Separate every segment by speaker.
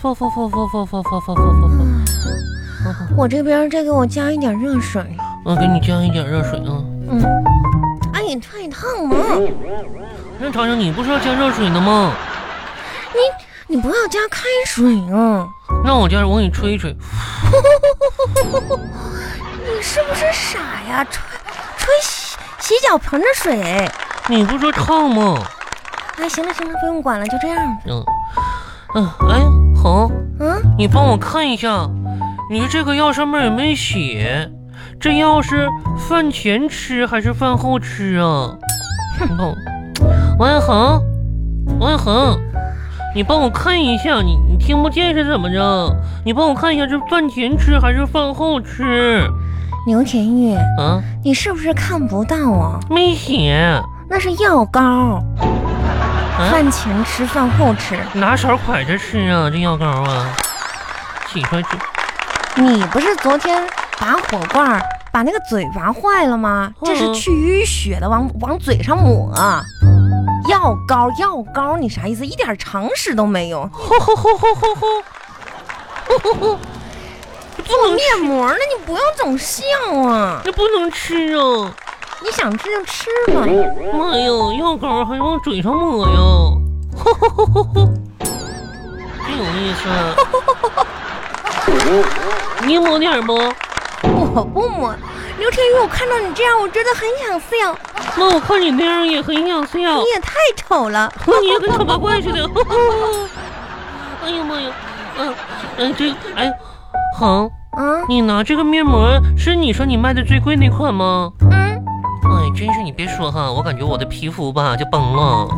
Speaker 1: 佛佛佛佛佛佛佛佛佛佛。
Speaker 2: 我这边再给我加一点热水。
Speaker 1: 我给你加一点热水啊。
Speaker 2: 嗯，哎，你太烫了，
Speaker 1: 那长长，你不是要加热水的吗？
Speaker 2: 你不要加开水啊！
Speaker 1: 让我加，我给你吹一吹。
Speaker 2: 你是不是傻呀？吹吹洗洗脚盆的水。
Speaker 1: 你不是说烫吗？
Speaker 2: 哎，行了行了，不用管了，就这样。
Speaker 1: 嗯嗯，哎，红，
Speaker 2: 嗯，
Speaker 1: 你帮我看一下，你这个药上面有没有写？这药是饭前吃还是饭后吃啊？你帮我，王彦恒，王彦恒，你帮我看一下，你你听不见是怎么着？你帮我看一下，这饭前吃还是饭后吃？
Speaker 2: 牛田玉，
Speaker 1: 啊，
Speaker 2: 你是不是看不到啊？
Speaker 1: 没写，
Speaker 2: 那是药膏，
Speaker 1: 啊，
Speaker 2: 饭前吃，饭后吃。
Speaker 1: 拿勺㧟着吃啊，这药膏啊，起出来吃。
Speaker 2: 你不是昨天拔火罐儿把那个嘴拔坏了吗？这是
Speaker 1: 嗯
Speaker 2: 去淤血的，往往嘴上抹。药膏，药膏，你啥意思？一点常识都没有。
Speaker 1: 吼吼吼吼吼吼，吼吼吼，
Speaker 2: 做面膜呢，你不要总笑啊！
Speaker 1: 这不能吃啊！
Speaker 2: 你想吃就吃吧。
Speaker 1: 妈呀，药膏还往嘴上抹呀！ 吼吼吼吼吼，真有意思啊。你抹点儿不？
Speaker 2: 我不抹。刘天宇，我看到你这样，我真的很想笑。
Speaker 1: 妈，我看你那样也很想笑
Speaker 2: 你，也太丑了。
Speaker 1: 你也跟丑八怪似的。 哎呀妈呀，嗯、嗯、这哎，恒，
Speaker 2: 啊，
Speaker 1: 你拿这个面膜是你说你卖的最贵那款吗？
Speaker 2: 嗯，
Speaker 1: 哎，真是你别说哈，我感觉我的皮肤吧就崩了。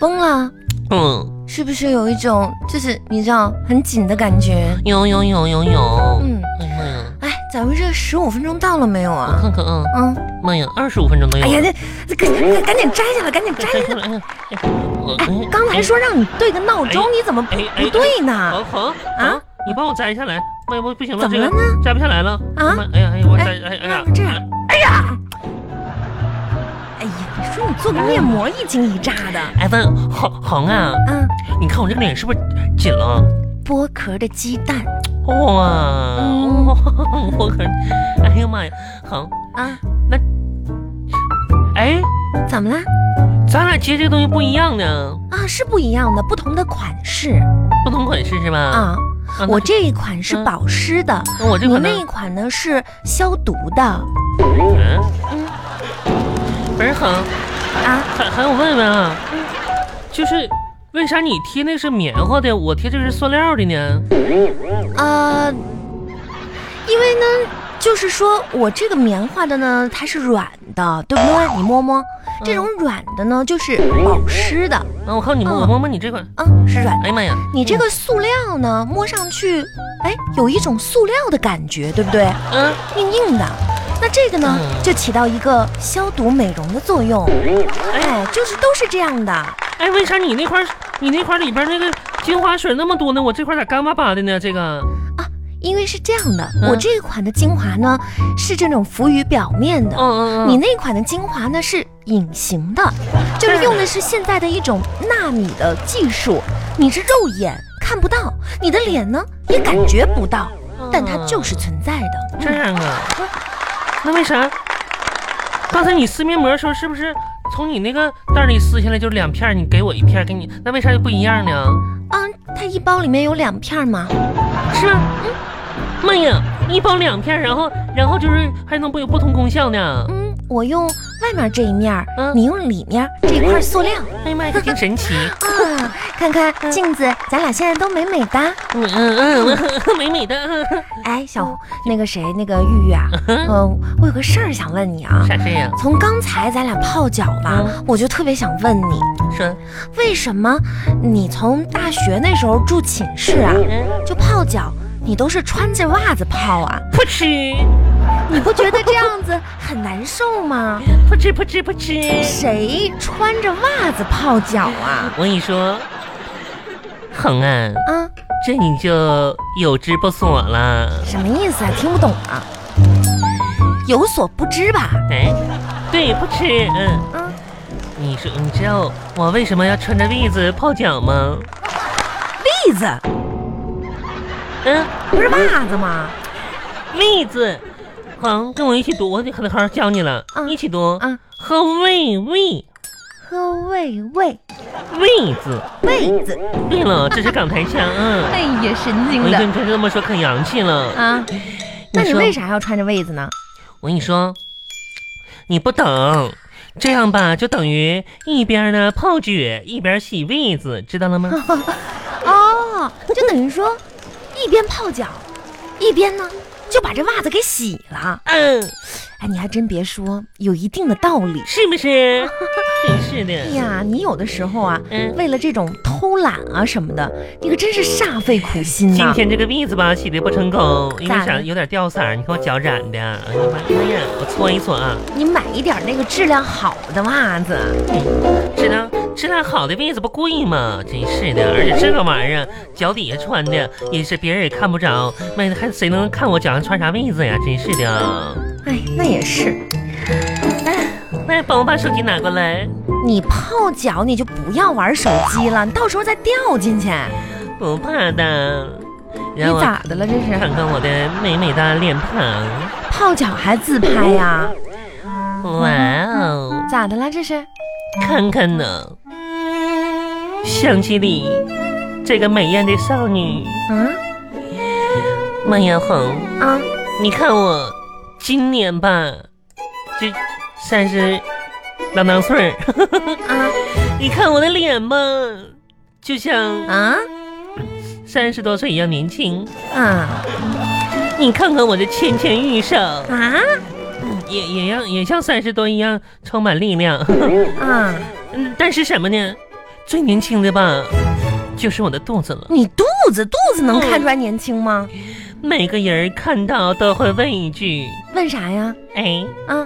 Speaker 2: 崩了，
Speaker 1: 嗯，
Speaker 2: 是不是有一种就是你知道很紧的感觉？
Speaker 1: 有有有有有。
Speaker 2: 嗯，
Speaker 1: 哎呀妈呀，
Speaker 2: 哎，咱们这十五分钟到了没有
Speaker 1: 我
Speaker 2: 啊？
Speaker 1: 看看啊，
Speaker 2: 嗯，
Speaker 1: 妈呀，二十五分钟都有
Speaker 2: 哎
Speaker 1: 了。
Speaker 2: 呀，这这赶赶紧摘下来，赶紧摘
Speaker 1: 摘
Speaker 2: 下
Speaker 1: 出来
Speaker 2: 来。
Speaker 1: 哎呀，哎我
Speaker 2: 哎
Speaker 1: 哎，
Speaker 2: 刚才说让你对个闹钟，
Speaker 1: 哎
Speaker 2: 你怎么不
Speaker 1: 哎哎
Speaker 2: 不对呢？
Speaker 1: 好好
Speaker 2: 啊
Speaker 1: 啊，你帮我摘下来。妈呀，不不行了，
Speaker 2: 怎么
Speaker 1: 这
Speaker 2: 了
Speaker 1: 个
Speaker 2: 呢？
Speaker 1: 摘不下来了。
Speaker 2: 啊
Speaker 1: 妈哎呀哎呀，我
Speaker 2: 哎
Speaker 1: 摘哎哎呀
Speaker 2: 那，这样哎呀，你说你做个面膜一惊一乍的
Speaker 1: 哎问红红啊，
Speaker 2: 啊，
Speaker 1: 你看我这个脸是不是紧了？
Speaker 2: 剥壳的鸡蛋
Speaker 1: 哇，
Speaker 2: 嗯
Speaker 1: 哇我可，哎呀妈呀，好，
Speaker 2: 啊，
Speaker 1: 哎，
Speaker 2: 怎么啦？
Speaker 1: 咱俩接这个东西不一样呢，
Speaker 2: 啊，是不一样的，不同的款式
Speaker 1: 不同款式是吧？
Speaker 2: 啊。
Speaker 1: 那
Speaker 2: 我这一款是保湿的，
Speaker 1: 那嗯我这
Speaker 2: 你
Speaker 1: 款呢
Speaker 2: 那一款呢是消毒的
Speaker 1: 嗯
Speaker 2: 嗯，
Speaker 1: 不是恒，
Speaker 2: 啊。
Speaker 1: 还还有问问啊，就是为啥你贴那是棉花的，我贴这是塑料的呢？
Speaker 2: 呃，因为呢，就是说我这个棉花的呢，它是软的，对不对？你摸
Speaker 1: 嗯
Speaker 2: 摸，这种软的呢就是保湿的
Speaker 1: 啊，我看你摸
Speaker 2: 嗯
Speaker 1: 我摸摸你这款，
Speaker 2: 啊，是软的。
Speaker 1: 哎呀妈呀，
Speaker 2: 你这个塑料呢，摸上去，哎，有一种塑料的感觉，对不对？
Speaker 1: 嗯，
Speaker 2: 硬硬的。那这个呢，
Speaker 1: 嗯
Speaker 2: 就起到一个消毒美容的作用。
Speaker 1: 哎
Speaker 2: 哎，就是都是这样的。
Speaker 1: 哎，为啥你那块儿你那块儿里边那个精华水那么多呢？我这块儿咋干巴巴的呢？这个
Speaker 2: 因为是这样的，
Speaker 1: 嗯
Speaker 2: 我这款的精华呢是这种浮于表面的，
Speaker 1: 嗯嗯嗯，
Speaker 2: 你那款的精华呢是隐形 的，就是用的是现在的一种纳米的技术，你是肉眼看不到，你的脸呢也感觉不到，但它就是存在
Speaker 1: 嗯
Speaker 2: 的。
Speaker 1: 这样啊？那为啥刚才你撕面膜的时候是不是从你那个袋儿里撕下来就两片儿，你给我一片儿，给你，那为啥就不一样呢？
Speaker 2: 啊，它一包里面有两片嘛，
Speaker 1: 是吧？妈呀，一包两片，然后然后就是还能不有不同功效呢？
Speaker 2: 嗯，我用外面这一面儿，
Speaker 1: 嗯
Speaker 2: 你用里面这一块塑料
Speaker 1: 哎呀妈呀，可挺神奇。
Speaker 2: 啊，看看镜子，咱俩现在都美美哒。
Speaker 1: 嗯嗯嗯， 美美的。
Speaker 2: 哎，小红，那个谁，那个玉玉啊，嗯，我有个事儿想问你啊。
Speaker 1: 啥事呀？
Speaker 2: 从刚才咱俩泡脚吧，
Speaker 1: 嗯
Speaker 2: 我就特别想问你，
Speaker 1: 说，
Speaker 2: 为什么你从大学那时候住寝室啊，
Speaker 1: 嗯，
Speaker 2: 就泡脚，你都是穿着袜子泡啊？
Speaker 1: 噗嗤，
Speaker 2: 你不觉得这样子很难受吗？
Speaker 1: 噗嗤，噗嗤，噗嗤。
Speaker 2: 谁穿着袜子泡脚啊？
Speaker 1: 我跟你说，恒啊，
Speaker 2: 啊，
Speaker 1: 这你就有知不所了。
Speaker 2: 什么意思啊？听不懂啊？有所不知吧？
Speaker 1: 哎，对，不吃。嗯，
Speaker 2: 啊，
Speaker 1: 你说，你知道我为什么要穿着袜子泡脚吗？
Speaker 2: 栗子，
Speaker 1: 嗯，
Speaker 2: 不是袜子吗？
Speaker 1: 妹子，好，跟我一起读，我可能教你了，
Speaker 2: 嗯
Speaker 1: 一起读。
Speaker 2: 啊，
Speaker 1: 喝喂喂
Speaker 2: 喝喂喂
Speaker 1: 喂字。
Speaker 2: 喂子，
Speaker 1: 对了，这是港台腔，嗯。
Speaker 2: 哎呀，神
Speaker 1: 我
Speaker 2: 经
Speaker 1: 跟
Speaker 2: 啊的
Speaker 1: 你说，这么说可洋气了。
Speaker 2: 啊！那你
Speaker 1: 说
Speaker 2: 为啥要穿着位子呢？
Speaker 1: 我跟你说，你不懂。这样吧，就等于一边呢泡脚，一边洗胃子，知道了 吗？
Speaker 2: 哦，就等于说一边泡脚，一边呢就把这袜子给洗了。
Speaker 1: 嗯，
Speaker 2: 哎，你还真别说，有一定的道理。
Speaker 1: 是不 是？真是
Speaker 2: 哎
Speaker 1: 的。
Speaker 2: 呀，你有的时候啊，
Speaker 1: 嗯
Speaker 2: 为了这种偷懒啊什么的，你可真是煞费苦心
Speaker 1: 今
Speaker 2: 呐、
Speaker 1: 天这个篦子吧，洗的不成功，因为
Speaker 2: 咋
Speaker 1: 啥？
Speaker 2: 了
Speaker 1: 有点掉色儿，你看我脚染的。哎呀妈呀，我搓一搓啊。
Speaker 2: 你买一点那个质量好的袜子，
Speaker 1: 质量质量好的位子不贵吗？真是的，而且这个玩意儿脚底下穿的也是别人也看不着，那还谁能看我脚上穿啥位子呀？真是的。
Speaker 2: 哎，那也是。
Speaker 1: 来，帮我把手机拿过来。
Speaker 2: 你泡脚你就不要玩手机了，你到时候再掉进去。
Speaker 1: 不怕的，
Speaker 2: 你
Speaker 1: 让我
Speaker 2: 咋的了？这是
Speaker 1: 看看我的美美的脸庞。
Speaker 2: 泡脚还自拍呀？
Speaker 1: 哇哦，
Speaker 2: 咋的了？这是
Speaker 1: 看看呢，相机里这个美艳的少女
Speaker 2: 嗯
Speaker 1: 麦艳红。
Speaker 2: 啊，
Speaker 1: 你看我今年吧，这三十郎当岁儿，
Speaker 2: 啊
Speaker 1: 你看我的脸吧，就像
Speaker 2: 啊
Speaker 1: 三十多岁一样年轻。
Speaker 2: 啊
Speaker 1: 你看看我这纤纤玉手，
Speaker 2: 啊
Speaker 1: 也也像也像三十多一样充满力量。
Speaker 2: 啊！
Speaker 1: 嗯，但是什么呢？最年轻的吧，就是我的肚子了。
Speaker 2: 你肚子肚子能看出来年轻吗？
Speaker 1: 每个人看到都会问一句：
Speaker 2: 问啥呀？
Speaker 1: 哎，
Speaker 2: 啊，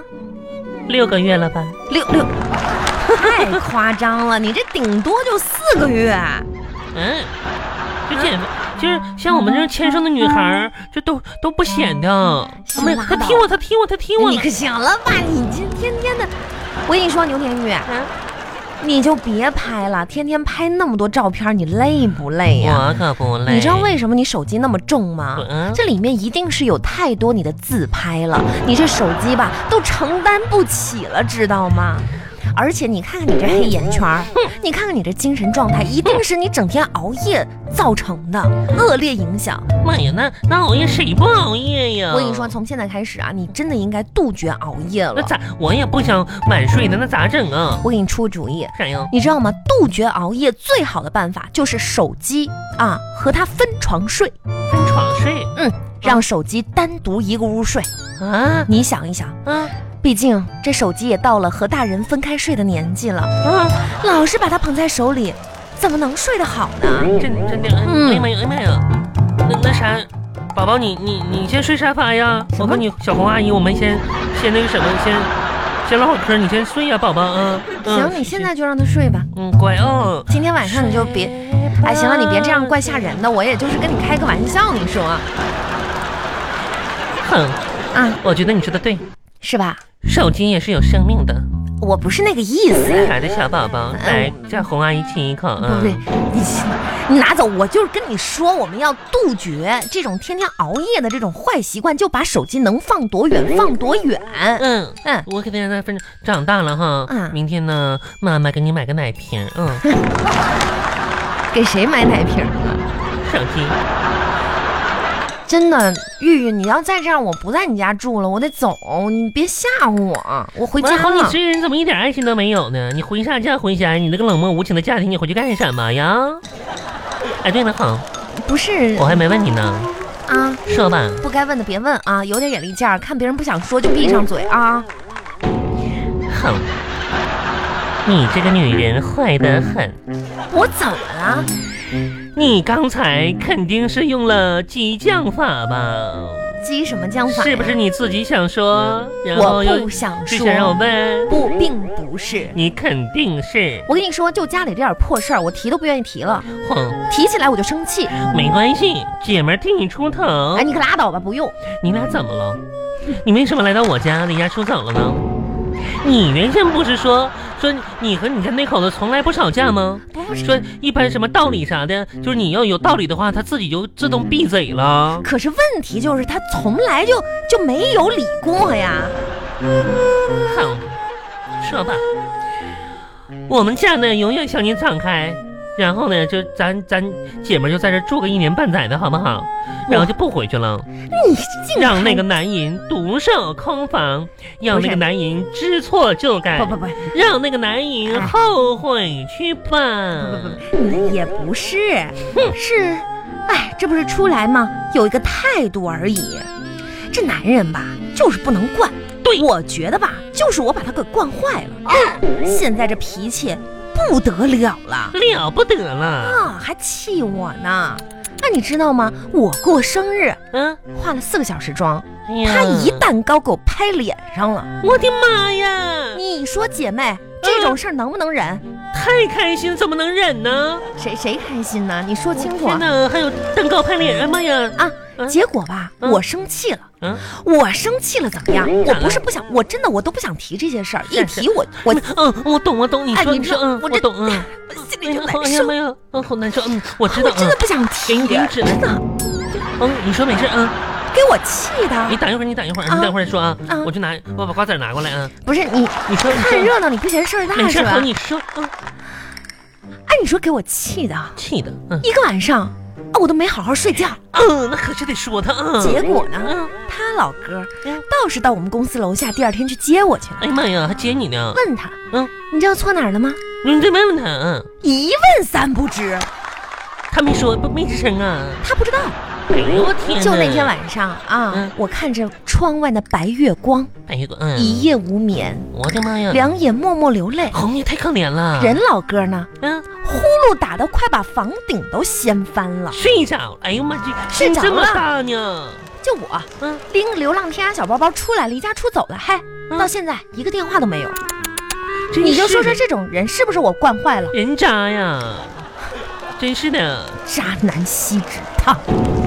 Speaker 1: 六个月了吧？
Speaker 2: 六六， 太夸张了！你这顶多就四个月。
Speaker 1: 嗯，就减肥，就是像我们这种纤瘦的女孩儿，就都都不显得。
Speaker 2: 行
Speaker 1: 没，
Speaker 2: 哦拉
Speaker 1: 她
Speaker 2: 倒哎
Speaker 1: 踢我，她踢我，她踢我
Speaker 2: 你
Speaker 1: 了。
Speaker 2: 可行了吧？你这天天的，我跟你说，牛天宇，
Speaker 1: 啊
Speaker 2: 你就别拍了，天天拍那么多照片，你累不累呀、
Speaker 1: 我可不累。
Speaker 2: 啊你知道为什么你手机那么重吗？
Speaker 1: 嗯
Speaker 2: 这里面一定是有太多你的自拍了，你这手机吧都承担不起了，知道吗？而且你看看你这黑眼圈儿，你看看你这精神状态，一定是你整天熬夜造成的恶劣影响。
Speaker 1: 妈呀，那那熬夜谁不熬夜呀？
Speaker 2: 我跟你说，，从现在开始啊，你真的应该杜绝熬夜
Speaker 1: 嗯那
Speaker 2: 了。
Speaker 1: 咋？我也不想晚睡呢，那咋整啊？
Speaker 2: 我给你出个主意，
Speaker 1: 啥呀？
Speaker 2: 你知道吗？杜绝熬夜最好的办法就是手机啊和它分床睡，
Speaker 1: 分床睡
Speaker 2: 让手机单独一个屋睡。
Speaker 1: 啊
Speaker 2: 你想一想，
Speaker 1: 啊
Speaker 2: 毕竟这手机也到了和大人分开睡的年纪了，
Speaker 1: 啊！
Speaker 2: 老是把它捧在手里，怎么能睡得好呢？
Speaker 1: 真真的，
Speaker 2: 嗯
Speaker 1: 哎呀妈呀，哎呀妈呀！那那啥，宝宝你你你先睡沙发呀，我和你小红阿姨我们先先那个什么先。先唠会儿嗑，你先睡呀、宝宝啊。嗯
Speaker 2: 行，你现在就让他睡吧，
Speaker 1: 嗯，乖哦。
Speaker 2: 今天晚上你就别，哎，行了，你别这样怪吓人的，我也就是跟你开个玩笑，你说
Speaker 1: 哼，
Speaker 2: 啊，
Speaker 1: 我觉得你说的对，
Speaker 2: 是吧？
Speaker 1: 手机也是有生命
Speaker 2: 嗯
Speaker 1: 的。
Speaker 2: 我不是那个意思，
Speaker 1: 可爱的小宝宝，来叫红阿姨亲一口
Speaker 2: 不不
Speaker 1: 啊。，
Speaker 2: 你你拿走，我就是跟你说，我们要杜绝这种天天熬夜的这种坏习惯，就把手机能放多远放多远。
Speaker 1: 嗯
Speaker 2: 嗯，
Speaker 1: 我给大家分长大了哈。
Speaker 2: 嗯
Speaker 1: 明天呢，妈妈给你买个奶瓶。嗯，
Speaker 2: 给谁买奶瓶？
Speaker 1: 手机。
Speaker 2: 真的，玉玉，你要再这样，我不在你家住了，我得走，你别吓唬我，我回家
Speaker 1: 妈你
Speaker 2: 了。
Speaker 1: 这个人怎么一点爱心都没有呢？你回啥家回啥？你那个冷漠无情的家庭，你回去干什么呀？哎，对了，哼，
Speaker 2: 不是
Speaker 1: 我还没问你呢，
Speaker 2: 啊，
Speaker 1: 说吧，
Speaker 2: 不该问的别问啊，有点眼力劲儿，看别人不想说就闭上嘴啊。
Speaker 1: 哼，你这个女人坏得很。
Speaker 2: 我怎么了？
Speaker 1: 你刚才肯定是用了激将法吧？
Speaker 2: 激什么将法？
Speaker 1: 是不是？你自己想说，然后
Speaker 2: 我
Speaker 1: 又
Speaker 2: 不想
Speaker 1: 就想让我
Speaker 2: 说，
Speaker 1: 问？
Speaker 2: 不，并不是。
Speaker 1: 你肯定是，
Speaker 2: 我跟你说，就家里这点破事儿，我提都不愿意提了，
Speaker 1: 哼，
Speaker 2: 提起来我就生气。
Speaker 1: 没关系，姐们儿替你出头
Speaker 2: 哎，。你可拉倒吧，不用。
Speaker 1: 你俩怎么了？你为什么来到我家，离家出走了呢？你原先不是说说你和你家那口子从来不吵架吗？
Speaker 2: 不
Speaker 1: 说一般什么道理啥的，就是你要有道理的话，他自己就自动闭嘴了。
Speaker 2: 可是问题就是他从来就就没有理过呀。
Speaker 1: 哼，说吧，我们家呢永远向你敞开，然后呢，就咱咱姐们儿就在这住个一年半载的好不好？然后就不回去了，
Speaker 2: 你竟然
Speaker 1: 让那个男人独守空房，让那个男人知错就改
Speaker 2: 不，不不
Speaker 1: 让那个男人后悔去吧。
Speaker 2: 不不，也不是，是，哎，这不是出来吗？有一个态度而已。这男人吧，就是不能惯。
Speaker 1: 对
Speaker 2: 我觉得吧，就是我把他给惯坏了。现在这脾气不得了了。
Speaker 1: 了不得了，
Speaker 2: 啊，还气我呢。那你知道吗？我过生日
Speaker 1: 嗯，
Speaker 2: 化了四个小时妆，
Speaker 1: 哎呀
Speaker 2: 他一蛋糕给我拍脸上了。
Speaker 1: 我的妈呀！
Speaker 2: 你说姐妹，这种事儿能不能忍？
Speaker 1: 太开心怎么能忍呢？
Speaker 2: 谁谁开心呢？你说清楚
Speaker 1: 天
Speaker 2: 啊！
Speaker 1: 哪，还有蛋糕拍脸，哎妈呀！嗯
Speaker 2: 结果吧，
Speaker 1: 嗯
Speaker 2: 我生气了。
Speaker 1: 嗯，
Speaker 2: 我生气了怎么样？我
Speaker 1: 咋了
Speaker 2: 不是不想，我真的我都不想提这件事儿，
Speaker 1: 是
Speaker 2: 一提我我
Speaker 1: 嗯，我懂，我懂，你
Speaker 2: 哎
Speaker 1: 说，
Speaker 2: 你
Speaker 1: 你说，
Speaker 2: 知道
Speaker 1: 嗯，
Speaker 2: 我
Speaker 1: 我
Speaker 2: 这
Speaker 1: 懂，嗯，
Speaker 2: 我心
Speaker 1: 哎
Speaker 2: 里
Speaker 1: 呀
Speaker 2: 就难
Speaker 1: 哎呀
Speaker 2: 受
Speaker 1: 妈，呀，嗯，好难受，嗯，我知
Speaker 2: 我
Speaker 1: 道，
Speaker 2: 真的不想提。
Speaker 1: 给你点纸
Speaker 2: 真的
Speaker 1: 嗯，嗯，你说没事，嗯，
Speaker 2: 给我气
Speaker 1: 你
Speaker 2: 的。
Speaker 1: 等一会儿，你等一会儿，
Speaker 2: 啊
Speaker 1: 你等一会儿再说啊
Speaker 2: 啊，
Speaker 1: 我去拿，我把瓜子儿拿过来啊，
Speaker 2: 不是你
Speaker 1: 你说，你
Speaker 2: 看
Speaker 1: 说，
Speaker 2: 热闹你不嫌事儿大
Speaker 1: 没事
Speaker 2: 是
Speaker 1: 儿，好，
Speaker 2: 吧？
Speaker 1: 你说，嗯，
Speaker 2: 哎，你说给我气的，
Speaker 1: 气的，嗯，
Speaker 2: 一个晚上啊，我都没好好睡觉。
Speaker 1: 嗯，那可是得说他，嗯，
Speaker 2: 结果呢，
Speaker 1: 嗯，
Speaker 2: 他老哥
Speaker 1: 嗯
Speaker 2: 倒是到我们公司楼下，第二天去接我去了。
Speaker 1: 哎呀妈呀，还接你呢，
Speaker 2: 问他，
Speaker 1: 嗯，
Speaker 2: 你知道错哪儿了吗？
Speaker 1: 你再问问他，嗯，
Speaker 2: 一问三不知，
Speaker 1: 他没说，不没吱声啊，
Speaker 2: 他不知道。
Speaker 1: 哎呦我天，
Speaker 2: 就那天，晚上啊
Speaker 1: 嗯，
Speaker 2: 我看着窗外的白月光，
Speaker 1: 哎呀，嗯，
Speaker 2: 一夜无眠，
Speaker 1: 我的妈呀，
Speaker 2: 两眼默默流泪。
Speaker 1: 红爷太可怜了，
Speaker 2: 人，老哥呢，
Speaker 1: 嗯，
Speaker 2: 呼噜打得快把房顶都掀翻了。
Speaker 1: 睡着了，哎呀妈，这
Speaker 2: 睡
Speaker 1: 心
Speaker 2: 着
Speaker 1: 这么
Speaker 2: 了
Speaker 1: 大呢，
Speaker 2: 就我，
Speaker 1: 嗯
Speaker 2: 拎个流浪天涯小包包出来，离家出走了，嗨，
Speaker 1: 嗯
Speaker 2: 到现在一个电话都没有。
Speaker 1: 真
Speaker 2: 你就是说说
Speaker 1: 的
Speaker 2: 这种人是不是我惯坏了？
Speaker 1: 人渣呀，真是的，
Speaker 2: 渣男锡纸烫。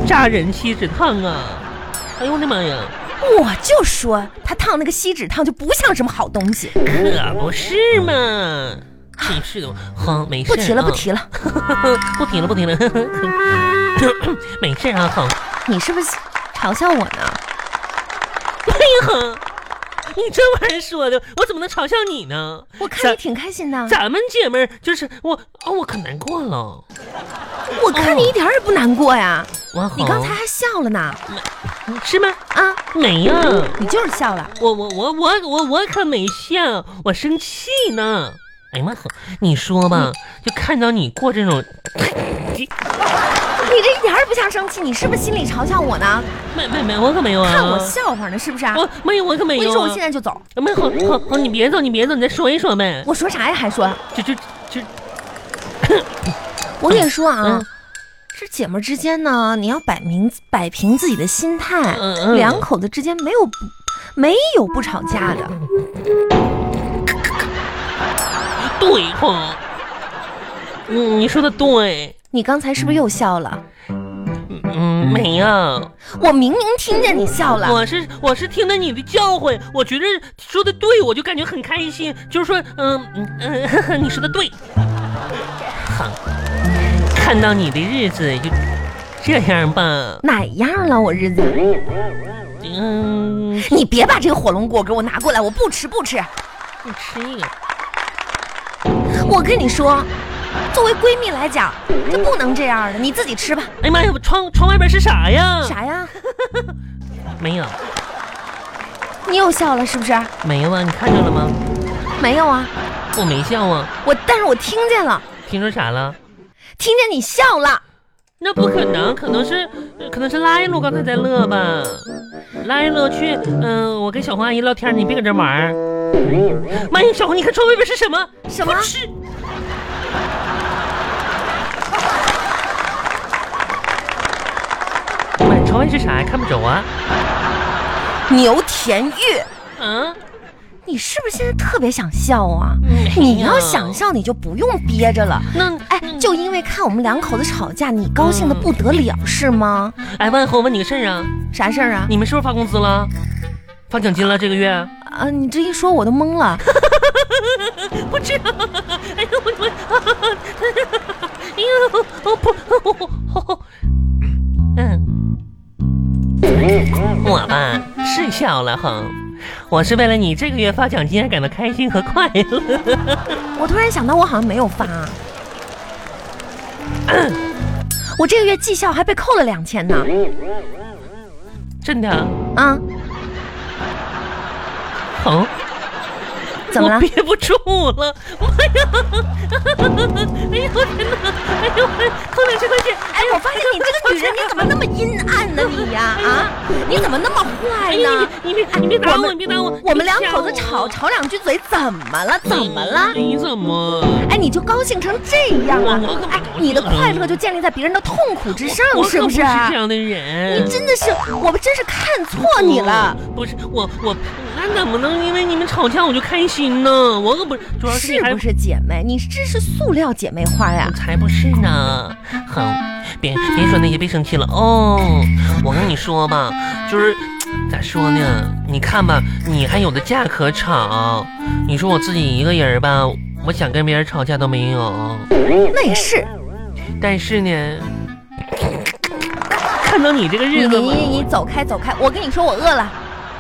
Speaker 1: 渣人锡纸烫啊！哎呦我的妈呀，
Speaker 2: 我就说他烫那个锡纸烫就不像什么好东西。
Speaker 1: 可不是嘛！真是的，哼，没事、
Speaker 2: 不
Speaker 1: 啊，
Speaker 2: 提了，不提了。
Speaker 1: 了， 不提了，不提了， 没事啊，哼，
Speaker 2: 你是不是嘲笑我呢？
Speaker 1: 哎哼，你这玩意儿说的，我怎么能嘲笑你呢？
Speaker 2: 我看
Speaker 1: 咱
Speaker 2: 你挺开心的，啊
Speaker 1: 咱们姐妹儿就是我，哦，我可难过了，
Speaker 2: 我看你一点儿也不难过呀。
Speaker 1: 我
Speaker 2: 你刚才还笑了呢，
Speaker 1: 哼是吗？
Speaker 2: 啊，
Speaker 1: 没呀、
Speaker 2: 你就是笑了。
Speaker 1: 我我我我我我可没笑，我生气呢。哎呀妈呀，你说吧，就看到你过这种，
Speaker 2: 你这一点儿也不像生气，你是不是心里嘲笑我
Speaker 1: 啊
Speaker 2: 呢？
Speaker 1: 没没没，我可没有啊。
Speaker 2: 看我笑话呢，是不是啊？
Speaker 1: 我没有，我可没
Speaker 2: 我
Speaker 1: 有、啊。
Speaker 2: 一说我现在就走，
Speaker 1: 在没好好好，你别走，你别走，你再说一说呗。
Speaker 2: 我说啥呀？还说，
Speaker 1: 就就就
Speaker 2: 我跟你说啊
Speaker 1: 嗯，
Speaker 2: 这姐们儿之间呢，你要摆明摆平自己的心态，
Speaker 1: 嗯嗯
Speaker 2: 两口子之间没有不没有不吵架的。
Speaker 1: 对哈。嗯，你说的对。
Speaker 2: 你刚才是不是又笑了？
Speaker 1: 嗯，没呀、
Speaker 2: 我明明听见你笑了。
Speaker 1: 我是我是听了你的教诲，我觉得说的对，我就感觉很开心。就是说，嗯嗯嗯呵呵，你说的对。好，看到你的日子就这样吧。
Speaker 2: 哪样了？我日子，
Speaker 1: 嗯，
Speaker 2: 你别把这个火龙果给我拿过来，我不吃不吃。
Speaker 1: 你吃一个。
Speaker 2: 我跟你说，作为闺蜜来讲，这不能这样的，你自己吃吧。
Speaker 1: 哎呀妈呀，我窗窗外边是啥呀？？
Speaker 2: 啥呀？
Speaker 1: 没有，
Speaker 2: 你又笑了是不是？
Speaker 1: 没有啊，你看见了吗？
Speaker 2: 没有啊，
Speaker 1: 我没笑啊。
Speaker 2: 我但是我听见了，
Speaker 1: 听说啥了？
Speaker 2: 听见你笑了。
Speaker 1: 那不可能，可能是呃可能是拉一路刚才在乐吧，拉一乐去。嗯、我跟小红阿姨聊天，你别搁这玩儿。妈呀，小红，你看窗外边是什么？
Speaker 2: 什么
Speaker 1: 不是，妈呀，窗外是啥呀？看不着啊。
Speaker 2: 牛田玉，
Speaker 1: 嗯、
Speaker 2: 你是不是现在特别想笑啊？
Speaker 1: 没有嗯
Speaker 2: 你要想笑，你就不用憋着了。
Speaker 1: 那
Speaker 2: 哎，就因为看我们两口子吵架，你高兴的
Speaker 1: 嗯
Speaker 2: 不得了是吗？
Speaker 1: 哎，万红，我问你个事儿啊，
Speaker 2: 啥事儿啊？
Speaker 1: 你们是不是发工资了？发奖金了这个月？
Speaker 2: 啊、啊，你这一说我都懵了。
Speaker 1: 不吃。哎呦我我，哎呦我不，嗯，我吧是笑了哈，我是为了你这个月发奖金而感到开心和快乐。
Speaker 2: 我突然想到，我好像没有发。我这个月绩效还被扣了两千呢。
Speaker 1: 真的，
Speaker 2: 啊，
Speaker 1: 疼、
Speaker 2: 怎么
Speaker 1: 我
Speaker 2: 了？
Speaker 1: 憋不住了，妈呀！哎呦我天哪！哎呦，扣两千块钱！
Speaker 2: 哎，我发现你这个女人，你怎么那么阴暗呢？你呀啊你怎么那么
Speaker 1: 哎
Speaker 2: 坏
Speaker 1: 呀
Speaker 2: 呢？，
Speaker 1: 你你别你别打
Speaker 2: 我
Speaker 1: 我，
Speaker 2: 们
Speaker 1: 你别打我！
Speaker 2: 我们
Speaker 1: 你
Speaker 2: 两
Speaker 1: 吓
Speaker 2: 口子
Speaker 1: 我
Speaker 2: 吵吵两句嘴，怎么了？怎么了？
Speaker 1: 你怎么？
Speaker 2: 哎，你就高兴成这样了、
Speaker 1: 我我
Speaker 2: 哎，你的快乐就建立在别人的痛苦之上，
Speaker 1: 我
Speaker 2: 是
Speaker 1: 可
Speaker 2: 不
Speaker 1: 不
Speaker 2: 是？啊
Speaker 1: 这样的人。
Speaker 2: 你真的是，我们真是看错你了。
Speaker 1: 不是我我那怎么能因为你们吵架我就开心呢？我可不主要是你
Speaker 2: 是
Speaker 1: 还
Speaker 2: 不是姐妹？你这是塑料姐妹花呀
Speaker 1: 我！才不是呢！好，别别说那些，别生气了哦。我跟你说吧，就是咋说呢？你看吧，你还有的架可吵。你说我自己一个人吧，我想跟别人吵架都没有。
Speaker 2: 那也是，
Speaker 1: 但是呢，看到你这个
Speaker 2: 你
Speaker 1: 日
Speaker 2: 你
Speaker 1: 子吧，
Speaker 2: 你你走开走开！我跟你说，我饿了，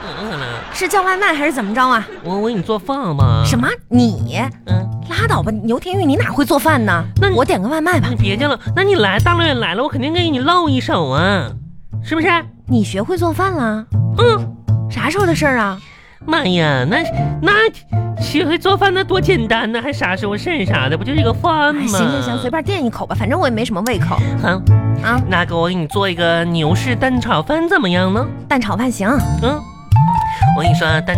Speaker 1: 嗯饿了，
Speaker 2: 是叫外卖还是怎么着啊？
Speaker 1: 我我给你做饭吧。
Speaker 2: 什？么？你
Speaker 1: 嗯。
Speaker 2: 拉倒吧！牛田玉，你哪会做饭呢？
Speaker 1: 那你
Speaker 2: 我点个外卖吧
Speaker 1: 你。别介了，那你来大老远来了，我肯定给你露一手啊，是不是？
Speaker 2: 你学会做饭了？
Speaker 1: 嗯，
Speaker 2: 啥时候的事儿啊？
Speaker 1: 妈呀，那那学会做饭那多简单呢，还啥时候事儿啥的，不就是一个饭
Speaker 2: 哎，
Speaker 1: 吗？
Speaker 2: 行行行，随便垫一口吧，反正我也没什么胃口
Speaker 1: 好，
Speaker 2: 啊。
Speaker 1: 那给我给你做一个牛式蛋炒饭怎么样呢？
Speaker 2: 蛋炒饭行
Speaker 1: 嗯，我跟你说啊，蛋，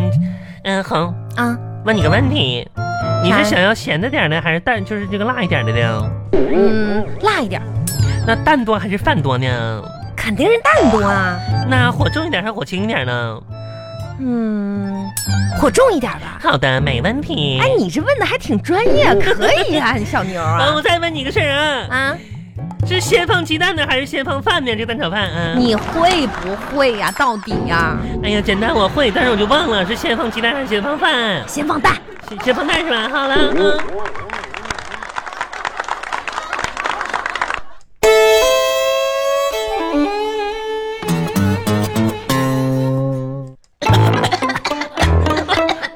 Speaker 1: 嗯好，
Speaker 2: 啊，
Speaker 1: 问你个问题，你
Speaker 2: 啥
Speaker 1: 是
Speaker 2: 呀
Speaker 1: 想要咸的点儿呢，还是蛋就是这个辣一点儿的呢？
Speaker 2: 嗯，辣一点儿，
Speaker 1: 那蛋多还是饭多呢？
Speaker 2: 肯定是蛋多啊。
Speaker 1: 那火重一点儿还是火轻一点儿呢？
Speaker 2: 嗯，火重一点儿吧。
Speaker 1: 好的，没问题。
Speaker 2: 哎，你这问的还挺 专业，可以啊，你小妞
Speaker 1: 啊，
Speaker 2: 啊
Speaker 1: 我再问你个事儿啊，
Speaker 2: 啊！
Speaker 1: 是先放鸡蛋呢，还是先放饭呢？这蛋炒饭啊，
Speaker 2: 你会不会呀、到底啊呀、
Speaker 1: 哎呀，简单我会，但是我就忘了是先放鸡蛋还是先放饭，
Speaker 2: 先放蛋，
Speaker 1: 先先放蛋是吧？好了，嗯，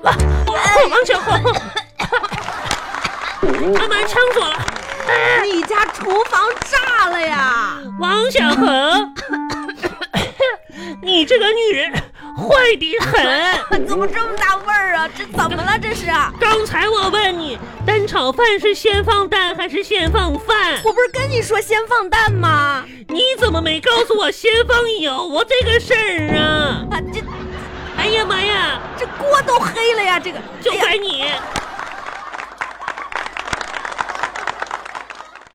Speaker 1: 王小 红，妈妈呛死我了。
Speaker 2: 你家厨房炸了呀！
Speaker 1: 王小 红，你这个女人坏得很！
Speaker 2: 怎么这么大味儿啊？这怎么了？这是？
Speaker 1: 刚才我问你，蛋炒饭是先放蛋还是先放饭？
Speaker 2: 我不是跟你说先放蛋吗？
Speaker 1: 你怎么没告诉我先放油啊这个事儿啊？
Speaker 2: 啊，这
Speaker 1: 哎呀妈呀，
Speaker 2: 这锅都黑了呀！这个，
Speaker 1: 就
Speaker 2: 哎呀
Speaker 1: 怪你！